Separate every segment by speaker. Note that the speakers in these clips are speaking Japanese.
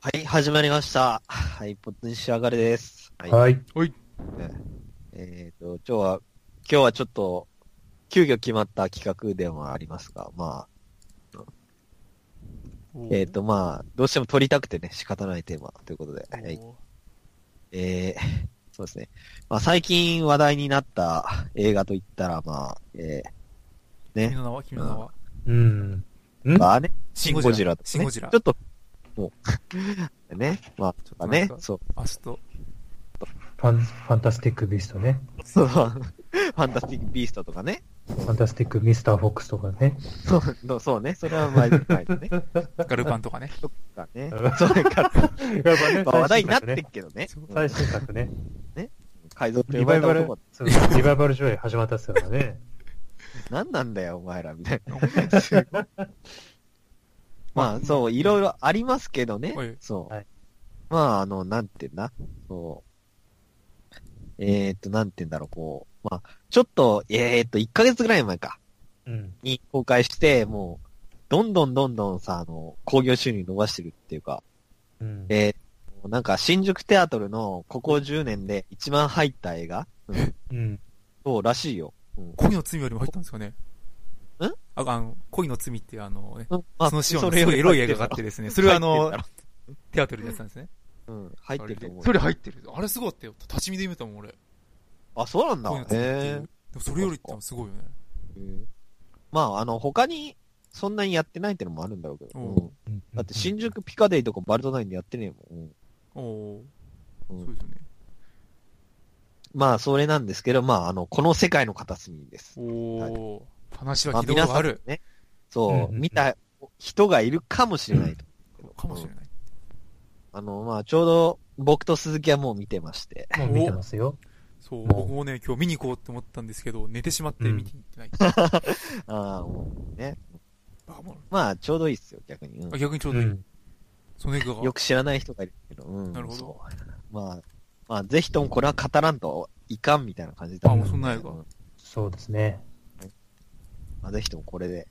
Speaker 1: はい、始まりました。はい、ポテンシャガレです。はい。
Speaker 2: はい。
Speaker 1: えっ、と、今日は、今日はちょっと、急遽決まった企画ではありますが、まあ、えっ、と、まあ、どうしても撮りたくてね、仕方ないテーマということで、はい。えー、そうですね。まあ、最近話題になった映画といったら、まあ、え
Speaker 3: 君の名は君の名は。
Speaker 2: うん。
Speaker 1: ー、
Speaker 2: ん
Speaker 1: まあね、
Speaker 3: シ
Speaker 1: シンゴジラとかね
Speaker 3: シンゴジラ
Speaker 1: ちょ。っと、もう、 ね、まあ、とかね
Speaker 3: ちょっとなん、か
Speaker 1: そう。
Speaker 3: 明日と。
Speaker 2: ファン、ファンタスティックビーストね。
Speaker 1: そうファンタスティックビーストとかね。
Speaker 2: ファンタスティックミスターフォックスとかね。
Speaker 1: そう、そうね。それは前回 のね。
Speaker 3: ガルパンとかね。
Speaker 1: とかね。 そうだから、
Speaker 2: やっぱね
Speaker 1: まあ話題になってっけどね。
Speaker 3: そう
Speaker 2: 最新 作ね。
Speaker 1: 改造って
Speaker 2: リ
Speaker 1: 呼ば
Speaker 2: バ
Speaker 1: れ
Speaker 2: イ
Speaker 1: た
Speaker 2: バル
Speaker 1: 男、
Speaker 2: そうリバイバル上映始まったっすからね。
Speaker 1: 何なんだよ、お前ら、みたいな。すごい まあ、そう、いろいろありますけどね
Speaker 3: おい。
Speaker 1: そう
Speaker 2: はい。
Speaker 1: まあ、あの、なんていうんだ。そう。えーっと、なんていうんだろう、こう。まあ、ちょっと、えーっと、1ヶ月ぐらい前か。
Speaker 2: うん。
Speaker 1: に公開して、もう、どんどんどんどんさ、あの、興行収入伸ばしてるっていうか、
Speaker 2: うん。
Speaker 1: えーなんか新宿テアトルのここ10年で一番入った映画
Speaker 2: うん。
Speaker 1: そうらしいよ。うん。
Speaker 3: 恋の罪よりも入ったんですかね。
Speaker 1: ん
Speaker 3: あ、あの、恋の罪っていうあのね、
Speaker 1: まあ
Speaker 3: そのシオン
Speaker 1: そ
Speaker 3: の
Speaker 1: れ
Speaker 3: す
Speaker 1: よ
Speaker 3: ご
Speaker 1: り
Speaker 3: いエロい映画があってですね、それはあの、テアトルでやってたんですね。
Speaker 1: うん、入ってると思う
Speaker 3: そ。れ入ってる。あれすごかったよ。立ち見で見たもん、俺。
Speaker 1: あ、そうなんだ
Speaker 3: 恋の。罪っていう。で
Speaker 1: へ
Speaker 3: もそれよりってのはすごいよね。
Speaker 1: え。まあ、あの、他にそんなにやってないってのもあるんだろうけど。
Speaker 3: うん
Speaker 1: うん
Speaker 2: うん
Speaker 1: だって新宿ピカデイとかバルトナインでやってねえもん。
Speaker 3: おお
Speaker 1: うん
Speaker 3: ー。
Speaker 1: う
Speaker 3: そうんですよね。
Speaker 1: まあ、それなんですけど、まあ、あの、この世界の片隅です。
Speaker 3: おお。話
Speaker 1: ま
Speaker 3: は
Speaker 1: あ、
Speaker 3: 聞いたことが
Speaker 1: 皆
Speaker 3: ある。
Speaker 1: さんね。
Speaker 2: うん
Speaker 1: そうう、
Speaker 2: んうん
Speaker 1: 見た人がいるかもしれないと。
Speaker 3: かもしれない。
Speaker 1: あの、まあ、ちょうど僕と鈴木はもう見てまして。
Speaker 2: もう見てますよ。
Speaker 3: そ
Speaker 2: も
Speaker 3: う、
Speaker 2: う
Speaker 3: 僕もね、今日見に行こうって思ったんですけど、寝てしまって見に行ってない。
Speaker 1: ああ、もうね。
Speaker 3: バカ者
Speaker 1: まあ、ちょうどいいっすよ、逆に。うん
Speaker 3: あ逆にちょ
Speaker 2: う
Speaker 3: うどいい。
Speaker 2: ん。
Speaker 3: その映画が。
Speaker 1: よく知らない人がいるけど、うん。
Speaker 3: なるほど
Speaker 1: そうまあ、まあ、ぜひともこれは語らんといかんみたいな感じだ
Speaker 2: あもう
Speaker 3: そんなんやか
Speaker 1: うん
Speaker 2: そうですね。
Speaker 1: まあ、ぜひともこれで、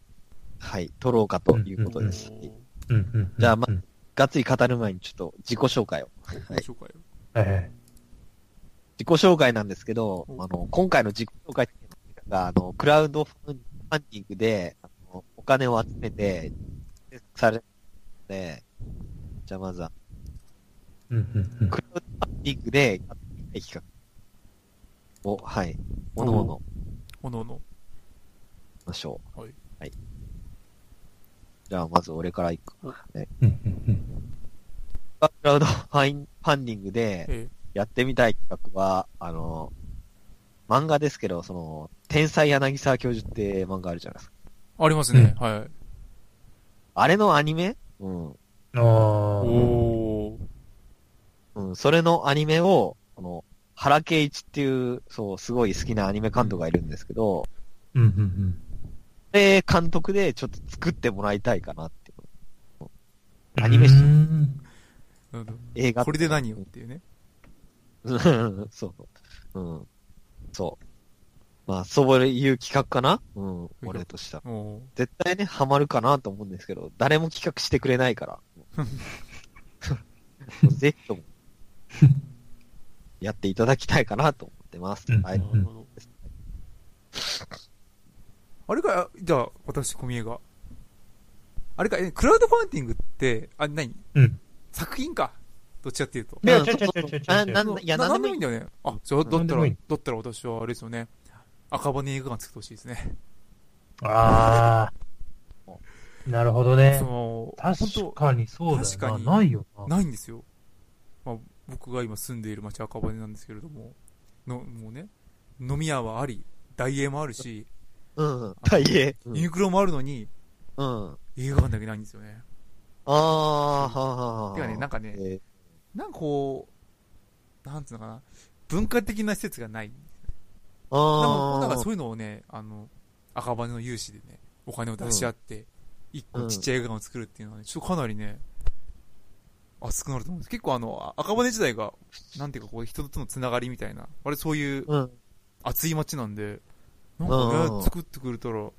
Speaker 1: はい、撮ろうかということです。
Speaker 3: おー
Speaker 2: うんうん。
Speaker 1: じゃあま
Speaker 2: うん
Speaker 1: がっつり語る前にちょっと自己紹介を。
Speaker 3: ご紹介を
Speaker 2: はいはい。
Speaker 1: 自己紹介なんですけど、
Speaker 3: うん
Speaker 1: あの、今回の自己紹介が、あの、クラウドファンディングで、あのお金を集めて、されて、じゃあまずは、
Speaker 2: うんうん
Speaker 1: クラウドファンディングで、企画を、はい、おのおの、
Speaker 3: おのおの。
Speaker 1: ましょう。
Speaker 3: はい。
Speaker 1: じゃあ、まず俺から行くか。ね、
Speaker 2: うん。うんうん
Speaker 1: クラウドファイン、ファンディングで
Speaker 3: え
Speaker 1: やってみたい企画は、あの、漫画ですけど、その、天才柳沢教授って漫画あるじゃないですか。
Speaker 3: ーありますね。はい。
Speaker 1: あれのアニメうん。
Speaker 2: うん。あ
Speaker 3: おー。
Speaker 1: うん。それのアニメを、この、原敬一っていう、そう、すごい好きなアニメ監督がいるんですけど、
Speaker 2: あ。うんうんうん。
Speaker 1: で、監督でちょっと作ってもらいたいかなっていう。ア
Speaker 2: ア
Speaker 1: ニメし
Speaker 3: なるほ
Speaker 1: 映画
Speaker 3: どこれで何よっていうね。
Speaker 1: うん そう。うん。そう。まあ、そういう企画かなうん、俺としたら。
Speaker 3: おお
Speaker 1: 絶対ね、ハマるかなと思うんですけど、誰も企画してくれないから。ぜひとも、やっていただきたいかなと思ってます。
Speaker 2: うん
Speaker 1: は
Speaker 3: ー。
Speaker 1: い。
Speaker 3: なるほど。あれか、あじゃあ、私、小見えが。あれか、え、クラウドファンディングって、あ、何
Speaker 2: うん。
Speaker 3: 作品か。どっちかっていうと。
Speaker 2: いや
Speaker 1: うん
Speaker 2: ちょちょちょちょちょ
Speaker 1: あなんいや、
Speaker 3: な
Speaker 1: なん
Speaker 3: な
Speaker 1: で
Speaker 3: ん
Speaker 1: もいいん
Speaker 3: でもいいん
Speaker 1: だ
Speaker 3: だよね。あ、じゃあ、だ
Speaker 2: なん
Speaker 3: っ
Speaker 2: で
Speaker 3: た
Speaker 2: も
Speaker 3: ら、
Speaker 2: いい
Speaker 3: だったら私はあれですよね。赤羽映画館作ってほしいですね。
Speaker 2: ああ。なるほどね
Speaker 3: そ。の、本当
Speaker 2: 確かにそう
Speaker 3: 確
Speaker 2: だ
Speaker 3: か
Speaker 2: よ
Speaker 3: に
Speaker 2: な。ないよな。
Speaker 3: ないんですよ。まあ、僕が今住んでいる町赤羽なんですけれども、の、もうね、飲み屋はあり、大英もあるし、
Speaker 1: うん。大変。う
Speaker 3: ユニ
Speaker 1: ん。
Speaker 3: クロもあるのに、
Speaker 1: あ
Speaker 3: 映画館だけないんですよね。
Speaker 1: あー、はあはあはあ。
Speaker 3: てかね、なんかね、
Speaker 1: え
Speaker 3: なんかこう、なんつうのかな、文化的な施設がない。
Speaker 1: ー
Speaker 3: なんかなん
Speaker 1: あ
Speaker 3: か
Speaker 1: あ
Speaker 3: そ。ういうのをね、あの、赤羽の有志でね、お金を出し合って、一個ちっちゃい映画館を作るっていうのはね、ちょっとかなりね、熱くなると思うんです。結構あの、赤羽時代が、なんていうかこう、人とのつながりみたいな、あれそういう
Speaker 1: うん。
Speaker 3: 暑い街なんで、なんか
Speaker 1: うん
Speaker 3: ね、作ってくれたら、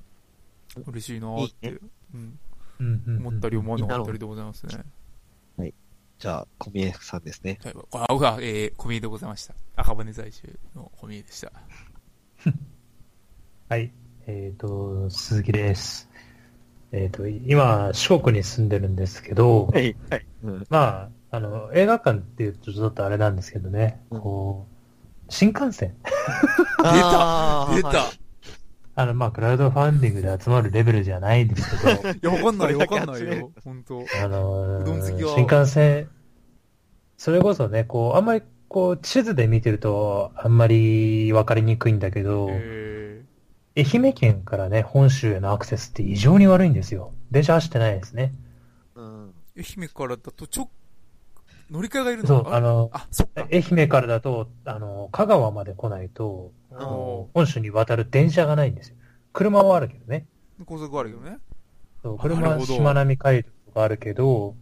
Speaker 3: 嬉しいなー
Speaker 1: い
Speaker 3: っ
Speaker 1: い
Speaker 3: て、うん、
Speaker 2: うんうんうん
Speaker 3: 思ったり思わなか
Speaker 1: な
Speaker 3: っ
Speaker 1: るほ
Speaker 3: た
Speaker 1: ど
Speaker 3: りでございますね。
Speaker 1: じゃあ、小宮さんですね。
Speaker 3: 例えば、あ、うわ、えー、小宮でございました。赤羽在住の小宮でした。
Speaker 2: はい。えっ、と、鈴木です。えっ、と、今、四国に住んでるんですけど、
Speaker 1: い、はい。うん。
Speaker 2: まあ、あの、映画館っていうとちょっとあれなんですけどね、
Speaker 1: うん
Speaker 2: こう、新幹線。
Speaker 1: あー
Speaker 3: 出た
Speaker 1: はい
Speaker 2: あの、まあ、クラウドファンディングで集まるレベルじゃないんですけど、
Speaker 3: いや、わかんないよ、わ
Speaker 1: それ
Speaker 3: か
Speaker 1: だけ
Speaker 3: んな
Speaker 1: 集
Speaker 3: い
Speaker 1: める
Speaker 3: よ。本当
Speaker 2: あのー
Speaker 3: うどん好きは
Speaker 2: 新幹線、それこそね、こう、あんまり、こう、地図で見てると、あんまり分かりにくいんだけど、
Speaker 3: え
Speaker 2: 愛媛県からね、本州へのアクセスって異常に悪いんですよ。電車走ってないですね。
Speaker 1: うん。
Speaker 3: ー、愛媛からだと、ちょ、乗り換えがいるの
Speaker 2: そう、
Speaker 3: あ
Speaker 2: あの、
Speaker 3: あ、そっか。
Speaker 2: 愛媛からだと、あの、香川まで来ないと、
Speaker 3: あ
Speaker 2: あ
Speaker 3: の
Speaker 2: の本州に渡る電車がないんですよ。車はあるけどね。
Speaker 3: 高速はあるけどね。
Speaker 2: そう
Speaker 3: あな
Speaker 2: 車
Speaker 3: るほ
Speaker 2: は
Speaker 3: ど
Speaker 2: しまなみ海道とかあるけど、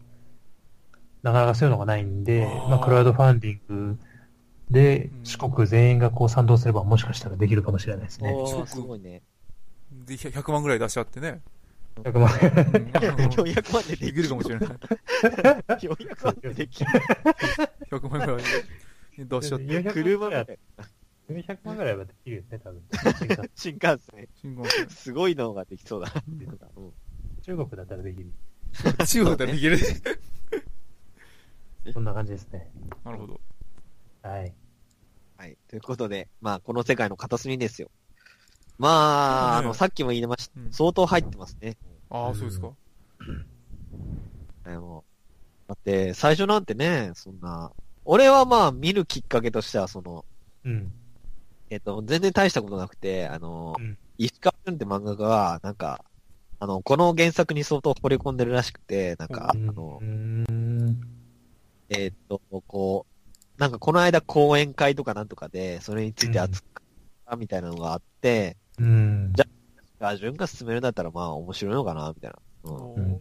Speaker 2: なかなかそういうのがないんで、
Speaker 3: あー
Speaker 2: まあ、クラウドファンディングで
Speaker 3: うん
Speaker 2: 四国全員がこう賛同すればもしかしたらできるかもしれないですね。
Speaker 1: お
Speaker 3: 直
Speaker 1: ー、すごいね。
Speaker 3: で、ひゃ100万ぐらい出し合ってね。
Speaker 2: 100万
Speaker 3: うん
Speaker 1: 400万で
Speaker 3: で
Speaker 1: でき
Speaker 3: きる
Speaker 1: る
Speaker 3: かもしれない。
Speaker 1: 400万でできる。
Speaker 3: 100万ぐらいで 出し合って。
Speaker 1: 車みたいな。
Speaker 2: 400万ぐらいはできるよね、多分。
Speaker 1: 新幹線。
Speaker 3: 新幹線
Speaker 1: すごいのができそうだ。うん
Speaker 2: 中国だったらできる。
Speaker 3: 中国だったらできる。
Speaker 2: そんな感じですね。
Speaker 3: なるほど。
Speaker 2: はい。
Speaker 1: はい。ということで、まあ、この世界の片隅ですよ。まあ、あの、さっきも言いました。
Speaker 3: うん
Speaker 1: 相当入ってますね。
Speaker 3: ああ、そうですか。
Speaker 1: あのだって、最初なんてね、そんな、俺はまあ、見るきっかけとしては、その、
Speaker 2: うん。
Speaker 1: えっと、全然大したことなくて、あの、
Speaker 2: うん
Speaker 1: 石川潤って漫画家が、なんか、あの、この原作に相当惚れ込んでるらしくて、なんか、あの
Speaker 2: う、ん。
Speaker 1: えっと、こう、なんかこの間講演会とかなんとかで、それについて熱く、みたいなのがあって、
Speaker 2: うん。
Speaker 1: あ、潤が進めるんだったらまあ面白いのかな、みたいな。うん。
Speaker 3: お
Speaker 2: う
Speaker 3: ー
Speaker 2: ん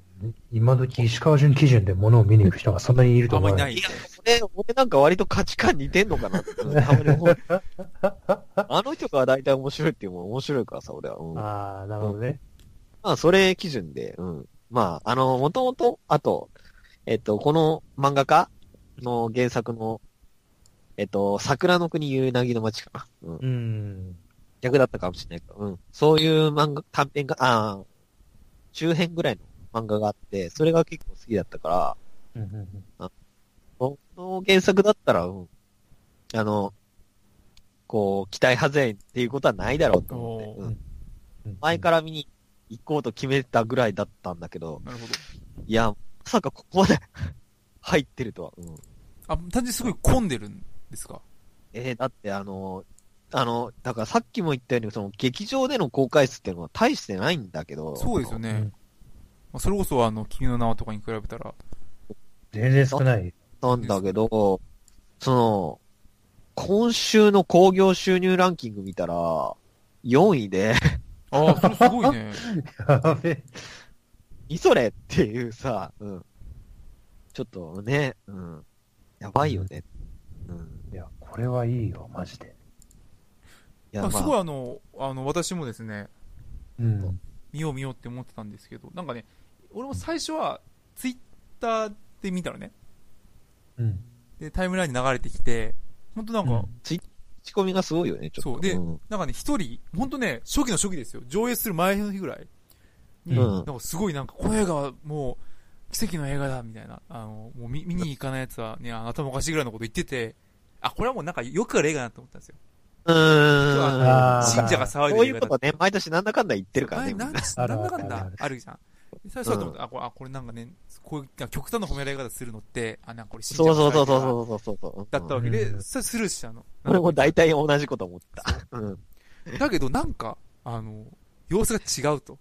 Speaker 2: 今時石川淳基準で物を見に行く人がそんなにいると
Speaker 3: あん
Speaker 2: 思
Speaker 3: ま
Speaker 2: わ
Speaker 3: り
Speaker 2: な。
Speaker 3: ないい。
Speaker 1: 俺、俺なんか割と価値観似てんのかなって、たまに思うあの人が大体面白いっていうもん面白いからさ、俺は。うん、ま
Speaker 2: ああ、なるほどね。
Speaker 1: あ、それ基準で、うん。まあ、あの、もともと、あと、えっと、この漫画家の原作の、えっと、桜の国夕凪の街かな。うん。
Speaker 2: うん。
Speaker 1: 逆だったかもしれないけど、うん。そういう漫画、短編が、ああ、中編ぐらいの漫画があって、それが結構好きだったから、
Speaker 2: うんうんうん
Speaker 1: この原作だったら、うん、あの、こう、期待外れっていうことはないだろうと思って、
Speaker 3: おー
Speaker 1: うん、
Speaker 2: うん
Speaker 1: 前から見に行こうと決めたぐらいだったんだけど、
Speaker 3: なるほど。
Speaker 1: いや、まさかここまで 入ってるとは。うん、
Speaker 3: あ、単純にすごい混んでるんですか
Speaker 1: えー、だってあの、あの、だからさっきも言ったように、その劇場での公開数っていうのは大してないんだけど、
Speaker 3: そうですよ
Speaker 2: うん
Speaker 3: ね。まあそれこそ、あの、君の名はとかに比べたら、
Speaker 2: 全然少ない。
Speaker 1: なんだけど、その、今週の興行収入ランキング見たら、4位で、
Speaker 3: ああ、それすごいね。
Speaker 2: やべえ。
Speaker 1: いそれっていうさ、うん。ちょっとね、うん。やばいよね。うん。
Speaker 2: いや、これはいいよ、マジで。
Speaker 1: いや、
Speaker 3: ま
Speaker 1: ま
Speaker 3: あ、すごい
Speaker 1: あ、
Speaker 3: あの、あの、私もですね、
Speaker 2: うん。
Speaker 3: 見よう見ようって思ってたんですけど、なんかね、俺も最初は、ツイッターで見たのね。
Speaker 2: うん。
Speaker 3: で、タイムラインに流れてきて、ほんとなんか、
Speaker 2: うん
Speaker 1: 口コミがすごいよね、ちょっと。
Speaker 3: そうで
Speaker 1: ん、
Speaker 3: なんかね、一人、ほんとね、初期の初期ですよ。上映する前の日ぐらい。
Speaker 1: うん。
Speaker 3: なんかすごいなんか、この映画はもう、奇跡の映画だ、みたいな。あの、もう見見に行かないやつはね、あの頭おかしいぐらいのこと言ってて、あ、これはもうなんかよくある映画だなと思ったんですよ。
Speaker 1: う
Speaker 2: あ
Speaker 1: ーん。
Speaker 2: ー
Speaker 3: 信者が騒い
Speaker 1: そう
Speaker 3: でる
Speaker 1: い
Speaker 3: 映
Speaker 1: う
Speaker 3: 画
Speaker 1: こ
Speaker 3: だ
Speaker 1: とね、毎年なんだかんだ言ってるから
Speaker 3: あ
Speaker 1: ね、
Speaker 3: れ
Speaker 1: みんな
Speaker 3: なん。なん
Speaker 2: ある
Speaker 3: だか
Speaker 2: あ
Speaker 3: ん
Speaker 2: るあ
Speaker 3: だ
Speaker 2: る
Speaker 3: あるじゃん。最初だと思った、あ、これ、あ、これなんかね、こういう極端な褒められ方するのって、あ、なんかこれ信者
Speaker 1: そう
Speaker 3: が
Speaker 1: そうそう
Speaker 3: 騒いでるな
Speaker 1: そうそうそうそう。
Speaker 3: だったわけ
Speaker 2: う
Speaker 3: で、
Speaker 2: ん
Speaker 3: それスルーしたの。
Speaker 1: 俺も大体同じこと思った。うん。
Speaker 3: だけどなんか、あの、様子が違うと。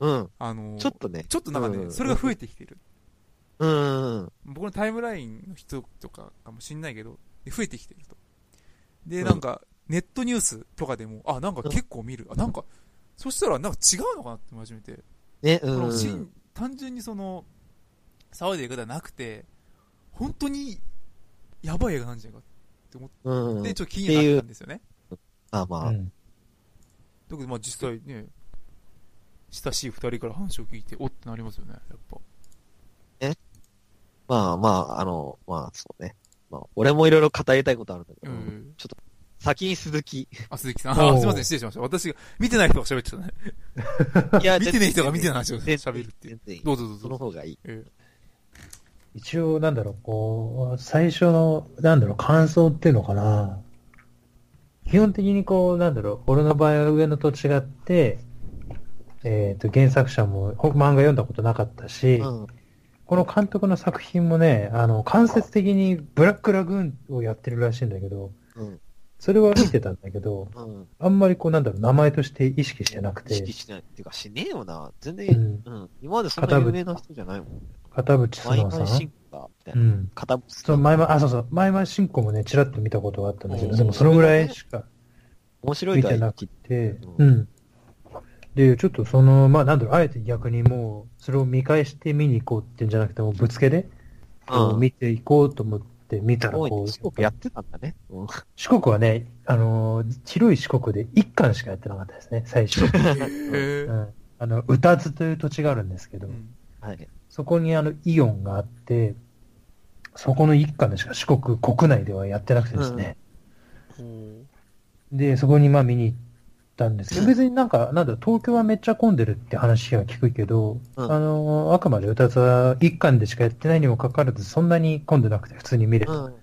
Speaker 1: うん。
Speaker 3: あの、
Speaker 1: ちょっとね。
Speaker 3: ちょっとなんか
Speaker 1: う
Speaker 3: ね、
Speaker 1: ん
Speaker 3: それが増えてきてる。
Speaker 1: うん。
Speaker 3: 僕のタイムラインの人とかかもしんないけど、で増えてきてると。で、なんか、ネットニュースとかでも、あ、なんか結構見る。あ、なんか、そしたらなんか違うのかなって思い始めて。
Speaker 1: ね、
Speaker 3: こ
Speaker 1: う
Speaker 3: のし
Speaker 1: ん
Speaker 3: ん。単純にその、騒いでる映画ではなくて、本当に、やばい映画なんじゃないか
Speaker 1: うん。
Speaker 3: って、ちょっと気になったんですよね。
Speaker 1: まあまあ、
Speaker 2: うん
Speaker 3: だけど、まあ実際ね、親しい二人から話を聞いて、おってなりますよね、やっぱ。
Speaker 1: まあまあ、あの、まあそうね。まあ、俺もいろいろ語りたいことあるんだけ
Speaker 3: う
Speaker 1: ど、
Speaker 3: ん。
Speaker 1: 先に鈴木。い
Speaker 3: あ、鈴木さん。
Speaker 2: お
Speaker 3: あ、
Speaker 2: う
Speaker 3: すいません、失礼しました。私が、見てない人が喋ってたね。
Speaker 1: や
Speaker 3: 見てねえ人が見てない話を
Speaker 1: 全然
Speaker 3: 喋るってい
Speaker 1: 全
Speaker 3: う
Speaker 1: 然いい
Speaker 3: どうぞどう
Speaker 1: その
Speaker 3: ぞ。
Speaker 1: 方がいい。
Speaker 3: え
Speaker 2: 一応、なんだろう、こう、最初の、なんだろう、感想っていうのかな。基本的にこう、なんだろう、俺の場合は上野と違って、えっ、と、原作者もほ漫画読んだことなかったし、
Speaker 1: うん。
Speaker 2: この監督の作品もね、あの、間接的にブラックラグーンをやってるらしいんだけど、
Speaker 1: うん。
Speaker 2: それは見てたんだけど、
Speaker 1: うん。
Speaker 2: あんまりこう、なんだろう、名前として意識してなく
Speaker 1: 意識
Speaker 2: て、
Speaker 1: しない。っていうか、しねえよな。全
Speaker 2: う
Speaker 1: 然、
Speaker 2: ん、
Speaker 1: うん。今までそんな有名な人じゃないもん。
Speaker 2: 片渕素
Speaker 1: 毎
Speaker 2: 直
Speaker 1: 回
Speaker 2: さ
Speaker 1: 進
Speaker 2: ん。
Speaker 1: 化、みたいうな。
Speaker 2: ん。
Speaker 1: 片渕
Speaker 2: そう、前々、あ、そうそう、前々進行もね、ちらっと見たことがあったんだけ
Speaker 3: お
Speaker 2: ど、
Speaker 3: ー
Speaker 2: でもそのぐらいしか
Speaker 1: 面白い
Speaker 2: 見
Speaker 1: とは
Speaker 2: て
Speaker 1: 言
Speaker 2: な
Speaker 1: っ
Speaker 2: く
Speaker 1: て
Speaker 2: て、
Speaker 1: う
Speaker 2: うん。で、ちょっとその、まあ、なんだろう、あえて逆にもう、それを見返して見に行こうっていうんじゃなくて、もうぶつけで、こう
Speaker 1: うん。
Speaker 2: 見ていこうと思って見た
Speaker 1: す
Speaker 2: ら、
Speaker 1: ごい
Speaker 2: こ
Speaker 1: ね。
Speaker 2: う、
Speaker 1: すごくやってたんだね。うん。
Speaker 2: 四国はね、あのー広い四国で一巻しかやってなかったですね、最 初。
Speaker 3: え
Speaker 2: う。ん。あの、歌津という土地があるんですけど、
Speaker 3: うん
Speaker 1: はい。
Speaker 2: そこにあの、イオンがあって、そこの一巻でしか四国国内ではやってなくてですね、
Speaker 1: うん
Speaker 3: ほ
Speaker 2: で、そこにまあ見に行ったんですけど、別になんか、なんだ、東京はめっちゃ混んでるって話は聞くけど、
Speaker 1: うん
Speaker 2: あのー、あくまで歌津は一巻でしかやってないにもかかわらず、そんなに混んでなくて普通に見れ
Speaker 1: う
Speaker 2: た。
Speaker 1: ん。う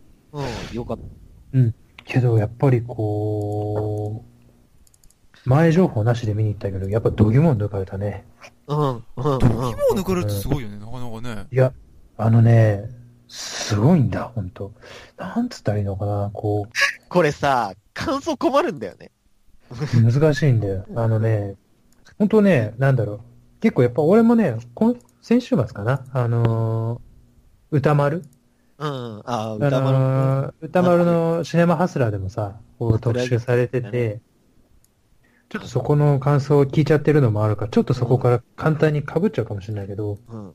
Speaker 1: ん。よかった。
Speaker 2: けど、やっぱりこう、前情報なしで見に行ったけど、やっぱ度肝を抜かれたね。
Speaker 1: うん、うん、うん。
Speaker 3: う。今抜かれるってすごいよね、なかなかね。
Speaker 2: いや、あのね、すごいんだ、ほんと。なんつったらいいのかな、こう、
Speaker 1: これさ、感想困るんだよね。
Speaker 2: 難しいんだよ。あのね、本当ね、なんだろう。結構やっぱ俺もね、今先週末かなあのー、歌丸
Speaker 1: うん、あー、
Speaker 2: あ
Speaker 1: 歌丸。
Speaker 2: のー歌丸のシネマハスラーでもさ、こう
Speaker 1: 取り
Speaker 2: 特
Speaker 1: 上げ
Speaker 2: 集されてて、ちょっとそこの感想を聞いちゃってるのもあるから、ちょっとそこから簡単に被っちゃうかもしれないけど、
Speaker 1: うん。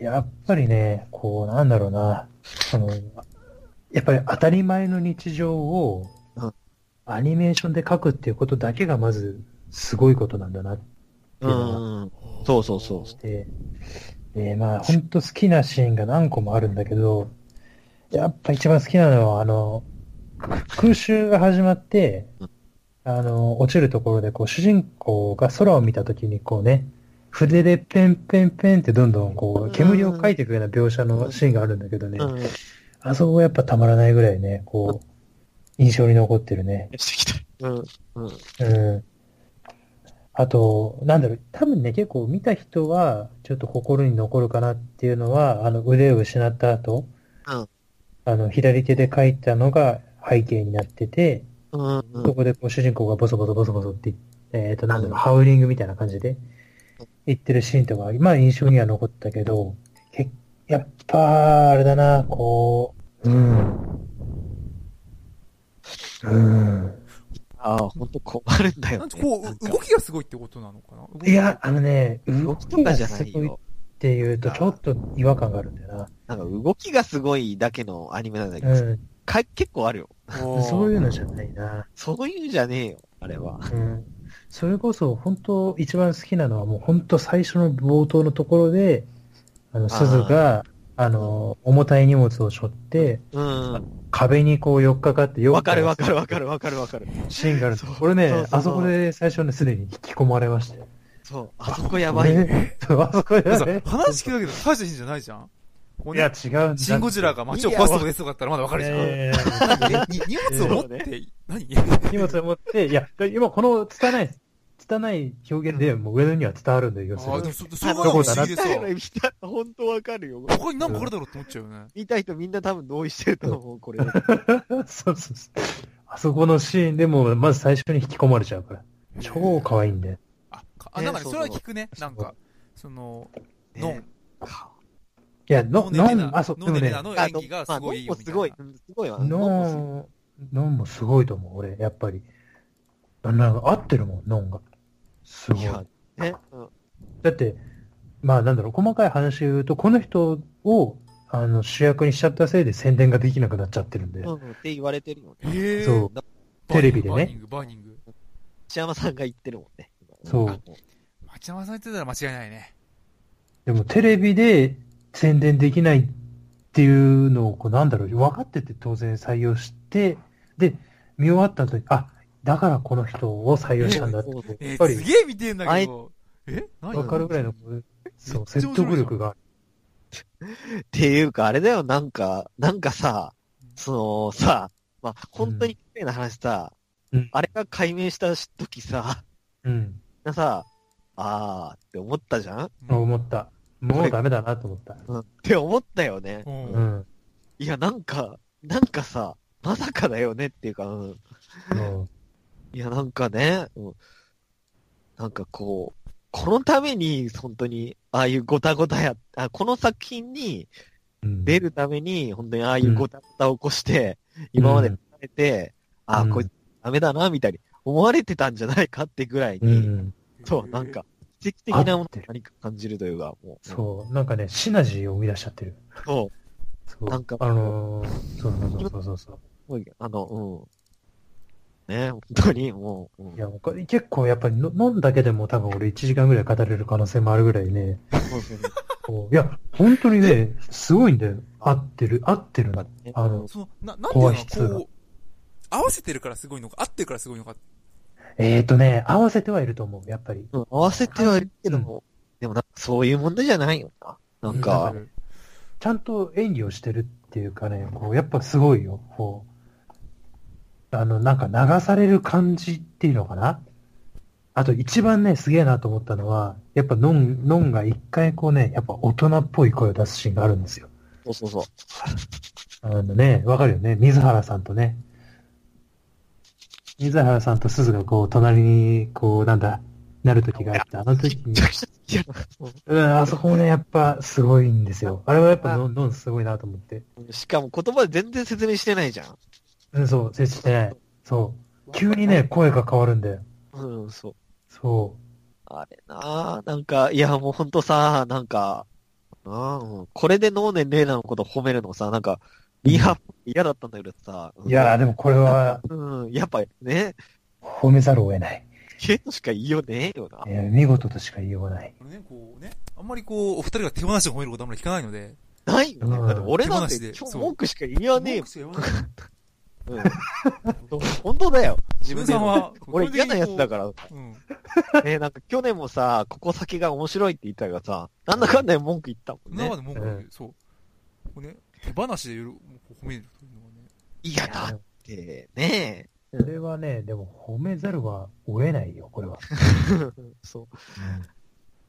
Speaker 2: やっぱりね、こう、なんだろうな、その、やっぱり当たり前の日常を
Speaker 1: うん、
Speaker 2: アニメーションで描くっていうことだけがまず、すごいことなんだなって
Speaker 1: う
Speaker 2: いうのがあ
Speaker 1: ん。うんそうそうそう
Speaker 2: っ。て、で、まあ、ほんと好きなシーンが何個もあるんだけど、やっぱ一番好きなのは、あの、空襲が始まって
Speaker 1: うん、
Speaker 2: あの、落ちるところで、こう、主人公が空を見たときに、こうね、筆でペンペンペンってどんどんこう、煙を描いていくような描写のシーンがあるんだけどね、
Speaker 1: うん。
Speaker 2: あそこはやっぱたまらないぐらいね、こう、印象に残ってるね。
Speaker 1: してきた。うん、うん。
Speaker 2: うんあと、なんだろう、多分ね、結構見た人は、ちょっと心に残るかなっていうのは、あの、腕を失った後、
Speaker 1: うん
Speaker 2: あの、左手で書いたのが背景になってて、
Speaker 1: うん、う
Speaker 2: そ
Speaker 1: ん。
Speaker 2: こでこう主人公がボソボソボソボソって、えっ、と、なんだろう、ハウリングみたいな感じで言ってるシーンとかあり、まあ印象には残ったけど、けやっぱ、あれだな、こう、うん。うん。、
Speaker 1: ああ、ほんと困るんだ
Speaker 3: な
Speaker 1: よ
Speaker 3: ん
Speaker 1: ね
Speaker 3: か。こ
Speaker 1: なん
Speaker 3: う、
Speaker 1: か
Speaker 3: 動きがすごいってことなのかない
Speaker 2: や、あのね、動
Speaker 1: 動
Speaker 2: き
Speaker 1: きとか
Speaker 2: が
Speaker 1: じゃな
Speaker 2: す
Speaker 1: い
Speaker 2: ごいっ
Speaker 1: よ。
Speaker 2: ていうと、ちょっと違和感があるんだよ
Speaker 1: なんか動きがすごいだけのアニメなんだけ
Speaker 2: な。
Speaker 1: ど、
Speaker 2: う
Speaker 1: か結構あるよ。
Speaker 2: ん。
Speaker 3: 動
Speaker 2: そういうのじゃないな。
Speaker 1: そういうんじゃねえよ、あれは。
Speaker 2: うん。それこそ、本当一番好きなのは、もう本当最初の冒頭のところで、あの、
Speaker 1: ー
Speaker 2: 鈴が、あの、重たい荷物を背負って、
Speaker 1: うん。
Speaker 2: 壁にこう寄っかかって、
Speaker 1: わかるわかるわか
Speaker 2: る。
Speaker 1: るわかるわかる。
Speaker 2: シーンがあるんです
Speaker 1: そう
Speaker 2: これね
Speaker 1: そうそう、そう
Speaker 2: あそこで最初ね、すでに引き込まれましたよ。
Speaker 1: そう。あ そこやばいよ。
Speaker 2: ね。そうあそこ
Speaker 3: だ
Speaker 2: で
Speaker 3: か
Speaker 2: ね
Speaker 3: ら。話聞くだけど、大したシーンじゃないじゃん。こう
Speaker 2: い
Speaker 3: ね
Speaker 2: や、違うんだ。
Speaker 3: シンゴジラが街を壊すとかですとかだったらまだわかるじゃん。
Speaker 2: えー
Speaker 3: に荷物を持って、何
Speaker 2: 荷物を持って、いや、今この拙い、拙い表現で、もう上野には伝わるんだよ、要す
Speaker 3: ああ、
Speaker 2: る
Speaker 3: でも
Speaker 2: に。
Speaker 3: そ、それが
Speaker 2: ど
Speaker 3: 不
Speaker 2: こ
Speaker 3: 思
Speaker 2: だなっ
Speaker 3: 議
Speaker 2: て
Speaker 3: で
Speaker 1: 見た
Speaker 3: さ、
Speaker 1: いの見た、ほんとわかるよ。
Speaker 3: 他になんかあるだろうって思っちゃうよね。
Speaker 1: 見た人みんな多分同意してると思う、これ。
Speaker 2: そうそうそう。あそこのシーンでもう、まず最初に引き込まれちゃうから。超可愛いんだよ。
Speaker 3: あ、かあなんか
Speaker 1: えー
Speaker 3: ね、それは聞くね。なんか、その、ノン、
Speaker 2: いや、の、
Speaker 3: ノンネレナ
Speaker 2: のん、あ、そう、で
Speaker 3: ノン
Speaker 2: も
Speaker 3: ネレ
Speaker 2: ね
Speaker 3: ナ、の
Speaker 1: あ
Speaker 3: 演技がすごいいい
Speaker 1: まあ
Speaker 3: よみ
Speaker 1: ノンも
Speaker 3: た
Speaker 1: すごい。。う
Speaker 3: いな
Speaker 1: んすごいわ。ノンも
Speaker 2: のん、のんもすごいと思う、俺、やっぱり。あなんか合ってるもん、のんが。す
Speaker 1: すご
Speaker 2: ご
Speaker 1: い
Speaker 2: い。
Speaker 1: いや、ね。うん
Speaker 2: だって、まあなんだろう、細かい話を言うと、この人を、あの、主役にしちゃったせいで宣伝ができなくなっちゃってるんで。
Speaker 1: うん。って言われてるよね。
Speaker 3: え
Speaker 2: そう
Speaker 1: だ
Speaker 2: テレビでね
Speaker 3: バーニング、バーニング。
Speaker 1: 内山さんが言ってるもんね。
Speaker 2: そう
Speaker 1: あ
Speaker 3: 町山さん言ってたら間違いないね。
Speaker 2: でもテレビで宣伝できないっていうのを、こうなんだろう、分かってて当然採用して、で、見終わった後に、あ、だからこの人を採用したんだって、
Speaker 3: え
Speaker 2: やっぱ
Speaker 3: ー、
Speaker 2: り
Speaker 3: すげえ見てんだけど。え何
Speaker 2: 分かるぐらいの、そう、説
Speaker 3: めっちゃ面白いじゃん
Speaker 2: 得力がある。
Speaker 1: っていうか、あれだよ、なんか、なんかさ、そのさ、まあ、本当に綺麗な話さ、
Speaker 2: うん
Speaker 1: あれが解明した時さ、
Speaker 2: うん、
Speaker 1: みんなさ、あーって思ったじゃん
Speaker 3: うん
Speaker 2: 思った。もうダメだなと思った。
Speaker 1: うん。って思ったよね。
Speaker 3: う。
Speaker 2: うんん。
Speaker 1: いや、なんか、なんかさ、まさかだよねっていうか、うん。
Speaker 2: うん
Speaker 1: いや、なんかね、うん、なんかこう、このために、本当に、ああいうごたごたや、あこの作品に
Speaker 2: うん
Speaker 1: 出るために、本当にああいうごたごたを起こして、今までされて、ああ、
Speaker 2: うん
Speaker 1: こいつダメだな、みたいに思われてたんじゃないかってぐらいに、
Speaker 2: うん。
Speaker 1: そう、なん。か、奇跡的なものを何か感じるというか、もう、
Speaker 2: そう、なんかね、シナジーを生み出しちゃってる。
Speaker 1: そ
Speaker 2: そう
Speaker 1: なんか、
Speaker 2: あのー、そうそうそうそうそ
Speaker 1: も
Speaker 2: う
Speaker 1: うあの、うん。ね、本当に、もう、うん
Speaker 2: う。いや、これ結構やっぱりの飲んだけでも多分俺1時間ぐらい語れる可能性もあるぐらいね。
Speaker 1: そうそうそう
Speaker 2: こういや、本当にね、すごいんだよ。合ってる、合ってるな。
Speaker 1: ね
Speaker 2: あの、
Speaker 3: その、な、なんていうの
Speaker 2: 怖い質が
Speaker 3: こう、合わせてるからすごいのか、合ってるからすごいのか。
Speaker 2: えっ、ー、とね、合わせてはいると思う、やっぱり。
Speaker 1: うん、合わせてはいるけども、でもなんかそういう問題じゃないよな。なん
Speaker 2: あ
Speaker 1: か、
Speaker 2: ちゃんと演技をしてるっていうかね、こう、やっぱすごいよ。こう、あの、なんか流される感じっていうのかな。あと一番ね、すげえなと思ったのは、やっぱノン、ノンが一回こうね、やっぱ大人っぽい声を出すシーンがあるんですよ。
Speaker 1: そうそうそう。
Speaker 2: あのね、わかるよね。水原さんとね。水原さんと鈴がこう、隣に、こう、なんだ、なる時があって、あの時に
Speaker 1: めち、ゃくちゃ好きやな。
Speaker 2: うん、あそこね、やっぱすごいんですよ。あれはやっぱノン、ノンすごいなと思って。
Speaker 1: しかも言葉で全然説明してないじゃん。
Speaker 2: うん、そう、接してない。そう。急にね、声が変わるんだよ。
Speaker 1: うん、そう。
Speaker 2: そ
Speaker 1: あれなあなんか、いや、もうほんとさ、なんか、あうん、これで脳年齢なのこと褒めるのさ、なんか、リハ嫌だったんだけどさ。う
Speaker 2: う。
Speaker 1: ん
Speaker 2: いやー、でもこれは、
Speaker 1: うん、やっぱね、
Speaker 2: 褒めざるを得ない。
Speaker 1: ケイトしか言いようねえよな。
Speaker 2: いや、見事としか言いようがない。
Speaker 3: これね、こうね、あんまりこう、お二人が手放しを褒めることあんまり聞かないので。
Speaker 1: ないよね。
Speaker 2: うん
Speaker 1: だって俺なんて
Speaker 3: 手放しで
Speaker 1: 今日
Speaker 3: そう
Speaker 1: 文句しか言いようねえよ
Speaker 3: 文句。しか言わない
Speaker 1: うん。本当だよ。自分で
Speaker 3: さん
Speaker 1: 言うの。
Speaker 3: は、。
Speaker 1: 俺嫌なやつだからら。
Speaker 3: うん。
Speaker 1: ねなんか去年もさ、ここ先が面白いって言ったからさ、なんだかんだ文句言ったもん
Speaker 3: 生
Speaker 1: ね。
Speaker 3: で文句言う、そう。こうね、手放しでよろ褒めるというのはね。
Speaker 1: いや、だって、ね
Speaker 2: これはね、でも褒めざるは得ないよ、 これは。
Speaker 1: そう。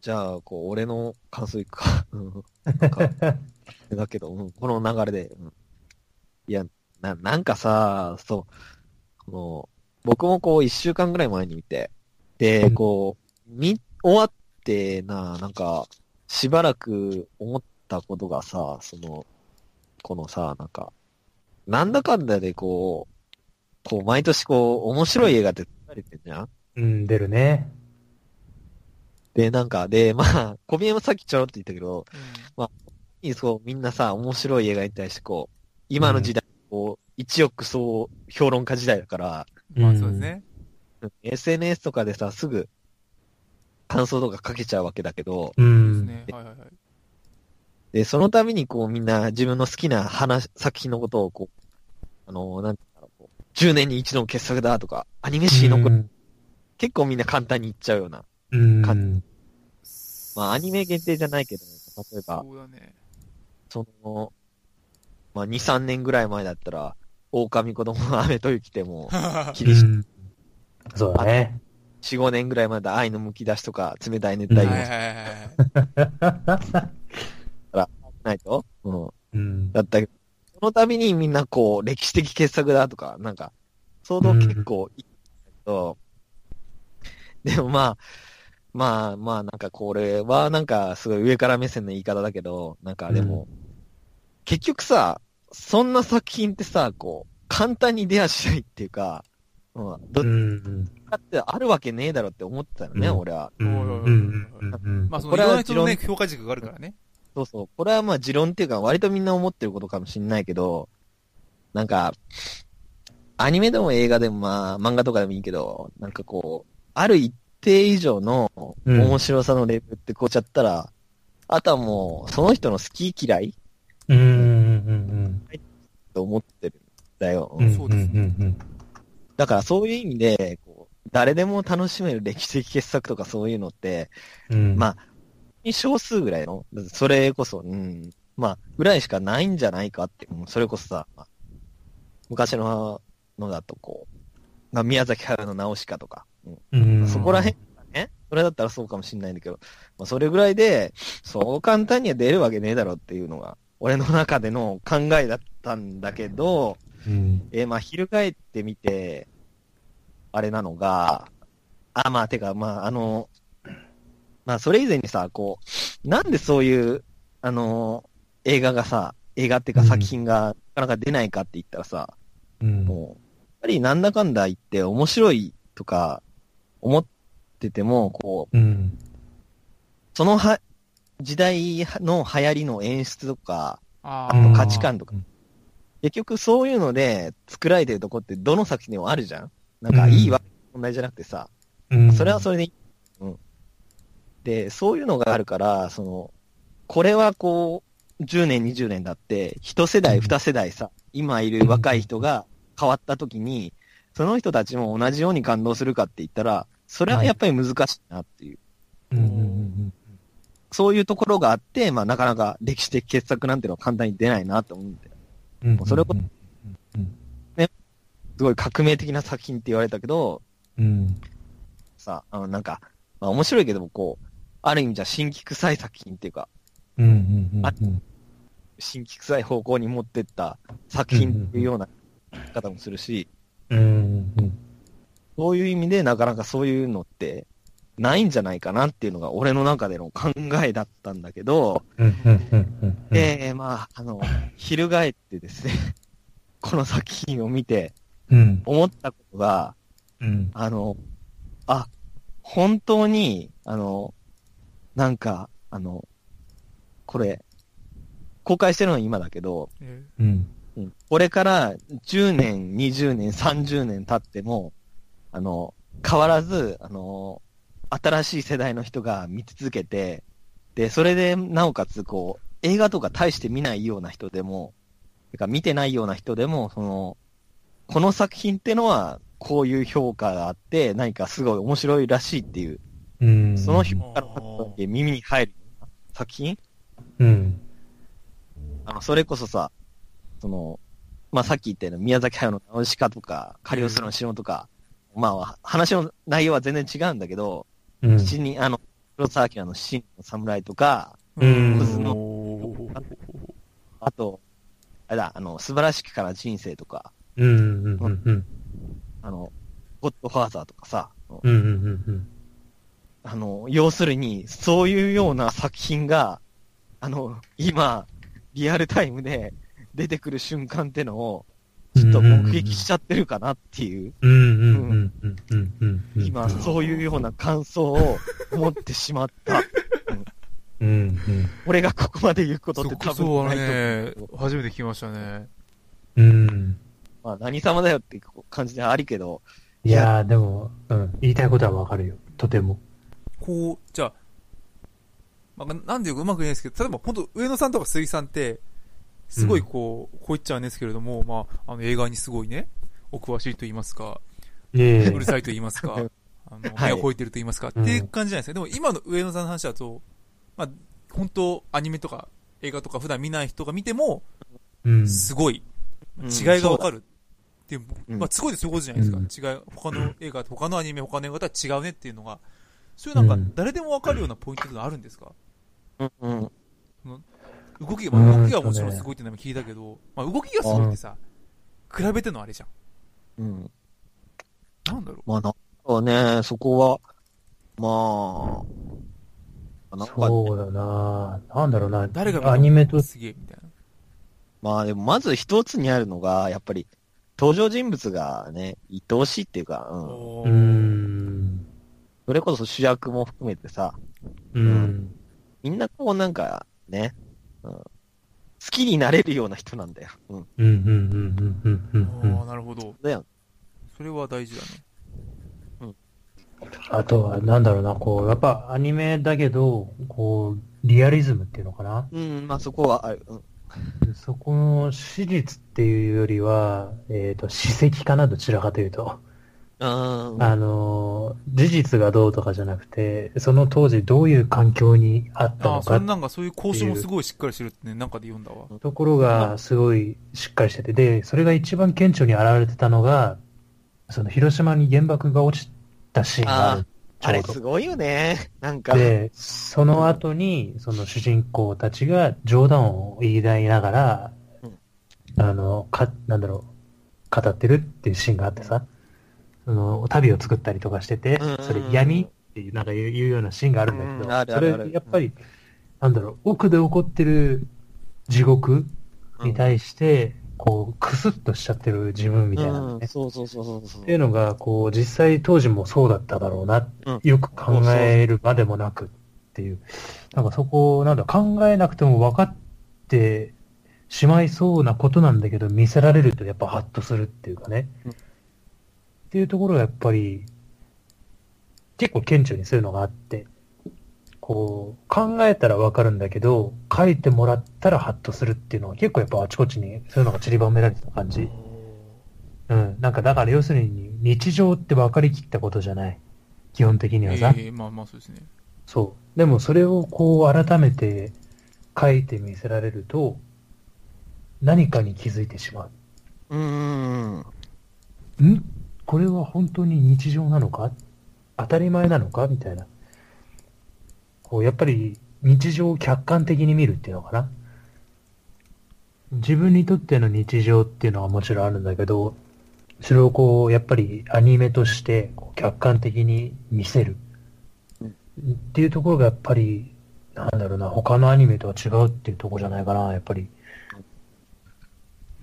Speaker 1: じゃあ、こう、俺の感想いくか。 うん。なんか、だけど、うん、この流れで、うん。いや、な、なんかさ、そう、この、僕もこう、一週間ぐらい前に見て、で、
Speaker 2: うん
Speaker 1: こう、見、終わってな、なんか、しばらく思ったことがさ、その、このさ、なんか、なんだかんだでこう、こう、毎年こう、面白い映画って作られてんじゃん
Speaker 2: うん、出るね。
Speaker 1: で、なんか、で、まあ、 小宮もさっきちょろっと言ったけど、
Speaker 3: う
Speaker 1: そう、みんなさ、面白い映画に対してこう、今の時代、こう、一億総評論家時代だから、
Speaker 3: ん。まあそうですね。
Speaker 1: うん SNS とかでさ、すぐ、感想とか書けちゃうわけだけど、
Speaker 2: う
Speaker 3: そうです
Speaker 2: ん。
Speaker 3: ね。はいはいはい。
Speaker 1: で、そのためにこう、みんな自分の好きな話、作品のことをこう、あのなんていうのかなこう10年に一度の傑作だとか、アニメ史のこと、
Speaker 2: うん
Speaker 1: 結構みんな簡単に言っちゃうような。
Speaker 2: うん。
Speaker 1: まあ、アニメ限定じゃないけど、例えば、
Speaker 3: そうだね。
Speaker 1: その、まあ、2、3年ぐらい前だったら、狼子供の雨と雪でも、キリシ
Speaker 2: うんそうだね。
Speaker 1: 4、5年ぐらい前だ愛の剥き出しとか、冷たい熱
Speaker 2: う
Speaker 1: 帯
Speaker 2: ん
Speaker 1: 魚
Speaker 3: はいはい
Speaker 1: も
Speaker 3: はいはい。
Speaker 1: ないと、うん、
Speaker 2: うん。
Speaker 1: だったけど、その度にみんなこう、歴史的傑作だとか、なんか、相当結構いいんだけど、でもまあ、まあまあ、なんかこれはなんかすごい上から目線の言い方だけど、なんかでも、結局さ、そんな作品ってさ、こう、簡単に出やしないっていうか、うん、ど
Speaker 2: う
Speaker 1: っ
Speaker 2: ん。
Speaker 1: ちかってあるわけねえだろって思ってたのね、
Speaker 2: うん
Speaker 1: 俺は。
Speaker 2: うん。うん。うんうん
Speaker 3: まあその、
Speaker 1: こ
Speaker 3: い
Speaker 1: れは
Speaker 3: ろんな人のね、
Speaker 1: 持
Speaker 3: 評価軸があるからね。
Speaker 1: そうそう。これはまあ持論っていうか、割とみんな思ってることかもしんないけど、なんか、アニメでも映画でもまあ、漫画とかでもいいけど、なんかこう、ある一定以上の
Speaker 2: うん
Speaker 1: 面白さのレベルってこうちゃったら、あとはもう、その人の好き嫌い
Speaker 2: うんうんうん
Speaker 1: と思ってるんだよ。
Speaker 2: うん。
Speaker 3: そうですね
Speaker 2: んうん
Speaker 1: だからそういう意味で、こう誰でも楽しめる歴史的傑作とかそういうのって、
Speaker 2: うん。うん
Speaker 1: まあ、少数ぐらいの、それこそ、うん、まあ、ぐらいしかないんじゃないかって、うんそれこそさ、まあ昔ののだとこう、まあ、宮崎駿のナウシカとか、うん
Speaker 2: うん
Speaker 1: そこら辺ね、それだったらそうかもしれないんだけど、まあ、それぐらいで、そう簡単には出るわけねえだろっていうのが、俺の中での考えだったんだけど、
Speaker 2: うん。
Speaker 1: えーまあ、翻ってみて、あれなのが、あ、まあ、てか、まあ、あの、まあ、それ以前にさ、こう、なんでそういう、あの、映画がさ、映画っていうか
Speaker 2: うん
Speaker 1: 作品がなかなか出ないかって言ったらさ、
Speaker 2: うん。
Speaker 1: もう、やっぱりなんだかんだ言って面白いとか、思ってても、こう、
Speaker 2: うん。
Speaker 1: そのは、時代の流行りの演出とか、
Speaker 3: あ
Speaker 1: あ
Speaker 3: ー
Speaker 1: と価値観とか
Speaker 2: うん。
Speaker 1: 結局そういうので作られてるとこってどの作品でもあるじゃんなんかいいわけ問題じゃなくてさ、
Speaker 2: うん。
Speaker 1: それはそれでいい、うん。で、そういうのがあるから、その、これはこう、10年、20年だって、一世代、
Speaker 2: うん
Speaker 1: 二世代さ、今いる若い人が変わった時に、その人たちも同じように感動するかって言ったら、それはやっぱり難しいなっていう。
Speaker 2: うんうんうん
Speaker 1: そういうところがあって、まあなかなか歴史的傑作なんてのは簡単に出ないなと思うんだよ
Speaker 2: うん。
Speaker 1: もうそれこ
Speaker 2: うん。
Speaker 1: すごい革命的な作品って言われたけど、
Speaker 2: うん。
Speaker 1: さ、あの、なんか、まあ面白いけども、こう、ある意味じゃ新規臭い作品っていうか、
Speaker 2: うんうん
Speaker 1: あ
Speaker 2: うん。
Speaker 1: 新規臭い方向に持ってった作品っていうような言い方もするし、
Speaker 2: うんうんうん。
Speaker 1: そういう意味でなかなかそういうのってないんじゃないかなっていうのが俺の中での考えだったんだけど、
Speaker 2: うんうんうんうん。
Speaker 1: ええまあ、あの、翻ってですね、この作品を見て
Speaker 2: うん。
Speaker 1: 思ったことが、
Speaker 2: うん。
Speaker 1: あの、あ、本当に、あの、なんか、あの、これ、公開してるのは今だけど、
Speaker 3: え
Speaker 2: うん。
Speaker 1: うんこれから10年、20年、30年経っても、あの、変わらず、あの、新しい世代の人が見続けて、で、それで、なおかつ、こう、映画とか大して見ないような人でも、てか見てないような人でも、その、この作品ってのは、こういう評価があって、何かすごい面白いらしいっていう、
Speaker 2: うん。
Speaker 1: その評価の角度で耳に入るような作品
Speaker 2: うん。
Speaker 1: あの、それこそさ、その、まあ、さっき言ったような宮崎駿のナウシカとか、カリオストロの城とか、まあ、話の内容は全然違うんだけど、
Speaker 2: うん。
Speaker 1: 七人、あの、黒沢明の七人の侍とか、
Speaker 2: うん
Speaker 1: オズの
Speaker 3: おー
Speaker 1: あと、あれだ、あの、素晴らしきから人生とか、
Speaker 2: うんうんうんうん。
Speaker 1: あの、ゴッドファーザーとかさ、
Speaker 2: うんうんうんうん。
Speaker 1: あの、要するに、そういうような作品が、あの、今、リアルタイムで出てくる瞬間ってのを、ちょっと目撃しちゃってるかなっていう。
Speaker 2: うんうんうんうんうんうんうん。
Speaker 1: 今、そういうような感想を持ってしまった。
Speaker 2: うんうん。
Speaker 1: 俺がここまで言うことっ
Speaker 3: そ
Speaker 1: て
Speaker 3: こ
Speaker 1: 多
Speaker 3: そう
Speaker 1: 分ないと思
Speaker 3: ね
Speaker 1: うけど。、
Speaker 3: 初めて聞きましたね。
Speaker 2: うん。
Speaker 1: まあ、何様だよって感じではありけど、
Speaker 2: いやー、でも、うん。言いたいことはわかるよ。とても。
Speaker 3: こう、じゃあ、まあ、なんでうまく言えないですけど、例えば本当上野さんとか鈴木さんって、すごいこう、こう言っちゃうんですけれども、まあ、あの映画にすごいね、お詳しいと言いますか、
Speaker 2: ええ
Speaker 3: うる。さいと言いますか、あの、
Speaker 1: はい
Speaker 3: 目を超えてると言いますか、っていう感じじゃないですか。でも今の上野さんの話だと、まあ、本当アニメとか映画とか普段見ない人が見ても、
Speaker 2: うん。
Speaker 3: すごい、
Speaker 1: うん
Speaker 3: 違いがわかる。っていう
Speaker 1: うん
Speaker 3: まあ、すごいですそういうことじゃないですか。違い、他の映画、他のアニメ、他の映画とは違うねっていうのが、そういうな
Speaker 2: うん
Speaker 3: か
Speaker 2: ん、
Speaker 3: 誰でもわかるようなポイントがあるんですか
Speaker 1: うんうん。
Speaker 3: 動きが、まあ
Speaker 2: うん
Speaker 3: 動きがもちろんすごいっていうのも聞いたけど、まあ、動きがすごいってさ、比べてのあれじゃ
Speaker 1: うん。
Speaker 3: ん。なんだろ
Speaker 1: まあ、なんかね、そこは、まあ、なんか、
Speaker 2: そうだななんだろうな
Speaker 3: う。誰が見ても
Speaker 2: アニメと、
Speaker 3: すげえ、みたいな。
Speaker 1: まあでもまず一つにあるのが、やっぱり、登場人物がね、愛おしいっていうか、うん。
Speaker 3: お
Speaker 2: う
Speaker 3: ー
Speaker 2: ん。
Speaker 1: それこそ主役も含めてさ、
Speaker 2: うん。
Speaker 1: みんなこうなんか、ね、うん。好きになれるような人なんだよ。うん。
Speaker 2: うんうんうんうんうんうんうん
Speaker 3: ああ、。なるほど。
Speaker 1: だよ。
Speaker 3: それは大事だね。
Speaker 2: あとは、なんだろうな、こう、やっぱアニメだけど、こう、リアリズムっていうのかな
Speaker 1: うん、まあそこはある。うん。
Speaker 2: でそこの史実っていうよりは、えっ、と、史跡かな、どちらかというと。
Speaker 1: あー
Speaker 2: あのー、事実がどうとかじゃなくて、その当時どういう環境にあった
Speaker 3: あ
Speaker 2: の
Speaker 3: あ、そ
Speaker 2: か
Speaker 3: んなんかそういう交渉もすごいしっかりしてるってね、なんかで読んだわ。
Speaker 2: ところがすごいしっかりしてて、で、それが一番顕著に現れてたのが、その広島に原爆が落ちたシーンがある。
Speaker 1: あれ
Speaker 2: ちょう
Speaker 1: す
Speaker 2: ど
Speaker 1: ごいよね。なんか。
Speaker 2: で、その後に、その主人公たちが冗談を言い合いながら
Speaker 1: うん、
Speaker 2: あの、か、なんだろう、語ってるっていうシーンがあってさ、その、旅を作ったりとかしてて
Speaker 1: うんうんうん、
Speaker 2: それ闇っていう、なんか言う言うようなシーンがあるんだけ
Speaker 1: う
Speaker 2: ど、
Speaker 1: んあるあ
Speaker 2: そ
Speaker 1: るある
Speaker 2: れ、やっぱり、なんだろう、奥で起こってる地獄
Speaker 1: うん
Speaker 2: に対して、こう、クスッとしちゃってる自分みたいなの
Speaker 1: うん
Speaker 2: ね。
Speaker 1: そうそうそうそうそう。
Speaker 2: っていうのが、こう、実際当時もそうだっただろうな、
Speaker 1: うん
Speaker 2: よく考えるまでもなくっていう、なんかそこを、なんだ、考えなくても分かってしまいそうなことなんだけど、見せられるとやっぱハッとするっていうかね。
Speaker 1: うん
Speaker 2: っていうところがやっぱり、結構顕著にするのがあって、こう、考えたら分かるんだけど、書いてもらったらハッとするっていうのは結構やっぱあちこちにそういうのが散りばめられてた感じ。うん。なんかだから要するに日常って分かりきったことじゃない。基本的にはさ。
Speaker 3: ええまあまあそうですね。
Speaker 2: そう。でもそれをこう改めて書いて見せられると、何かに気づいてしま
Speaker 1: うーん。
Speaker 2: う。んこれは本当に日常なのか当たり前なのかみたいな。こう、やっぱり日常を客観的に見るっていうのかな。自分にとっての日常っていうのはもちろんあるんだけど、それをこう、やっぱりアニメとしてこう客観的に見せる。
Speaker 1: うん
Speaker 2: っていうところがやっぱり、なんだろうな、他のアニメとは違うっていうところじゃないかな、やっぱり。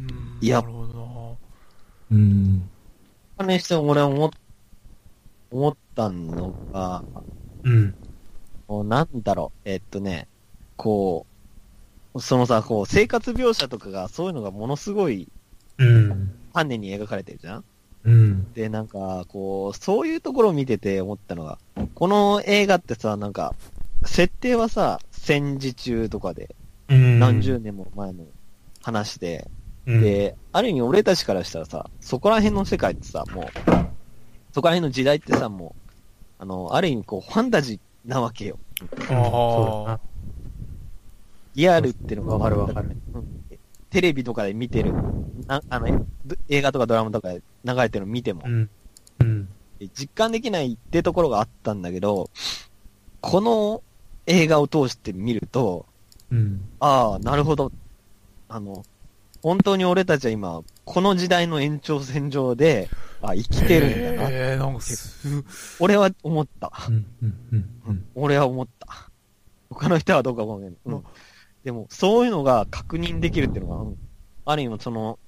Speaker 3: うん。
Speaker 1: いや
Speaker 3: なるほど
Speaker 2: うん。
Speaker 1: にしても俺思っ思ったのが、
Speaker 2: うん。
Speaker 1: もうなんだろう、えっとね、こう、そのさ、こう、生活描写とかが、そういうのがものすごい
Speaker 2: うん。
Speaker 1: 丹念に描かれてるじゃん
Speaker 2: うん。
Speaker 1: で、なんか、こう、そういうところを見てて思ったのが、この映画ってさ、なんか、設定はさ、戦時中とかで、
Speaker 2: うん
Speaker 1: 何十年も前の話で、
Speaker 2: うん、
Speaker 1: で、ある意味俺たちからしたらさ、そこら辺の世界ってさ、もう、そこら辺の時代ってさ、もう、あの、ある意味こう、ファンタジーなわけよ。
Speaker 2: うん
Speaker 3: あー
Speaker 2: そうだな
Speaker 1: リアルっていうのが
Speaker 2: わかるわかる
Speaker 1: うんテレビとかで見てる、なあの、ど映画とかドラマとかで流れてるの見ても
Speaker 2: う、ん。うん。
Speaker 1: 実感できないってところがあったんだけど、この映画を通して見ると、
Speaker 2: うん。
Speaker 1: ああ、なるほど。あの、本当に俺たちは今、この時代の延長線上で、あ、生きてるんだな。
Speaker 3: ええなんかす、
Speaker 1: 俺は思った。
Speaker 2: うん。うん。うん。
Speaker 1: 俺は思った。他の人はどうかごめん。うん。でも、そういうのが確認できるっていうのが、うんある意味その、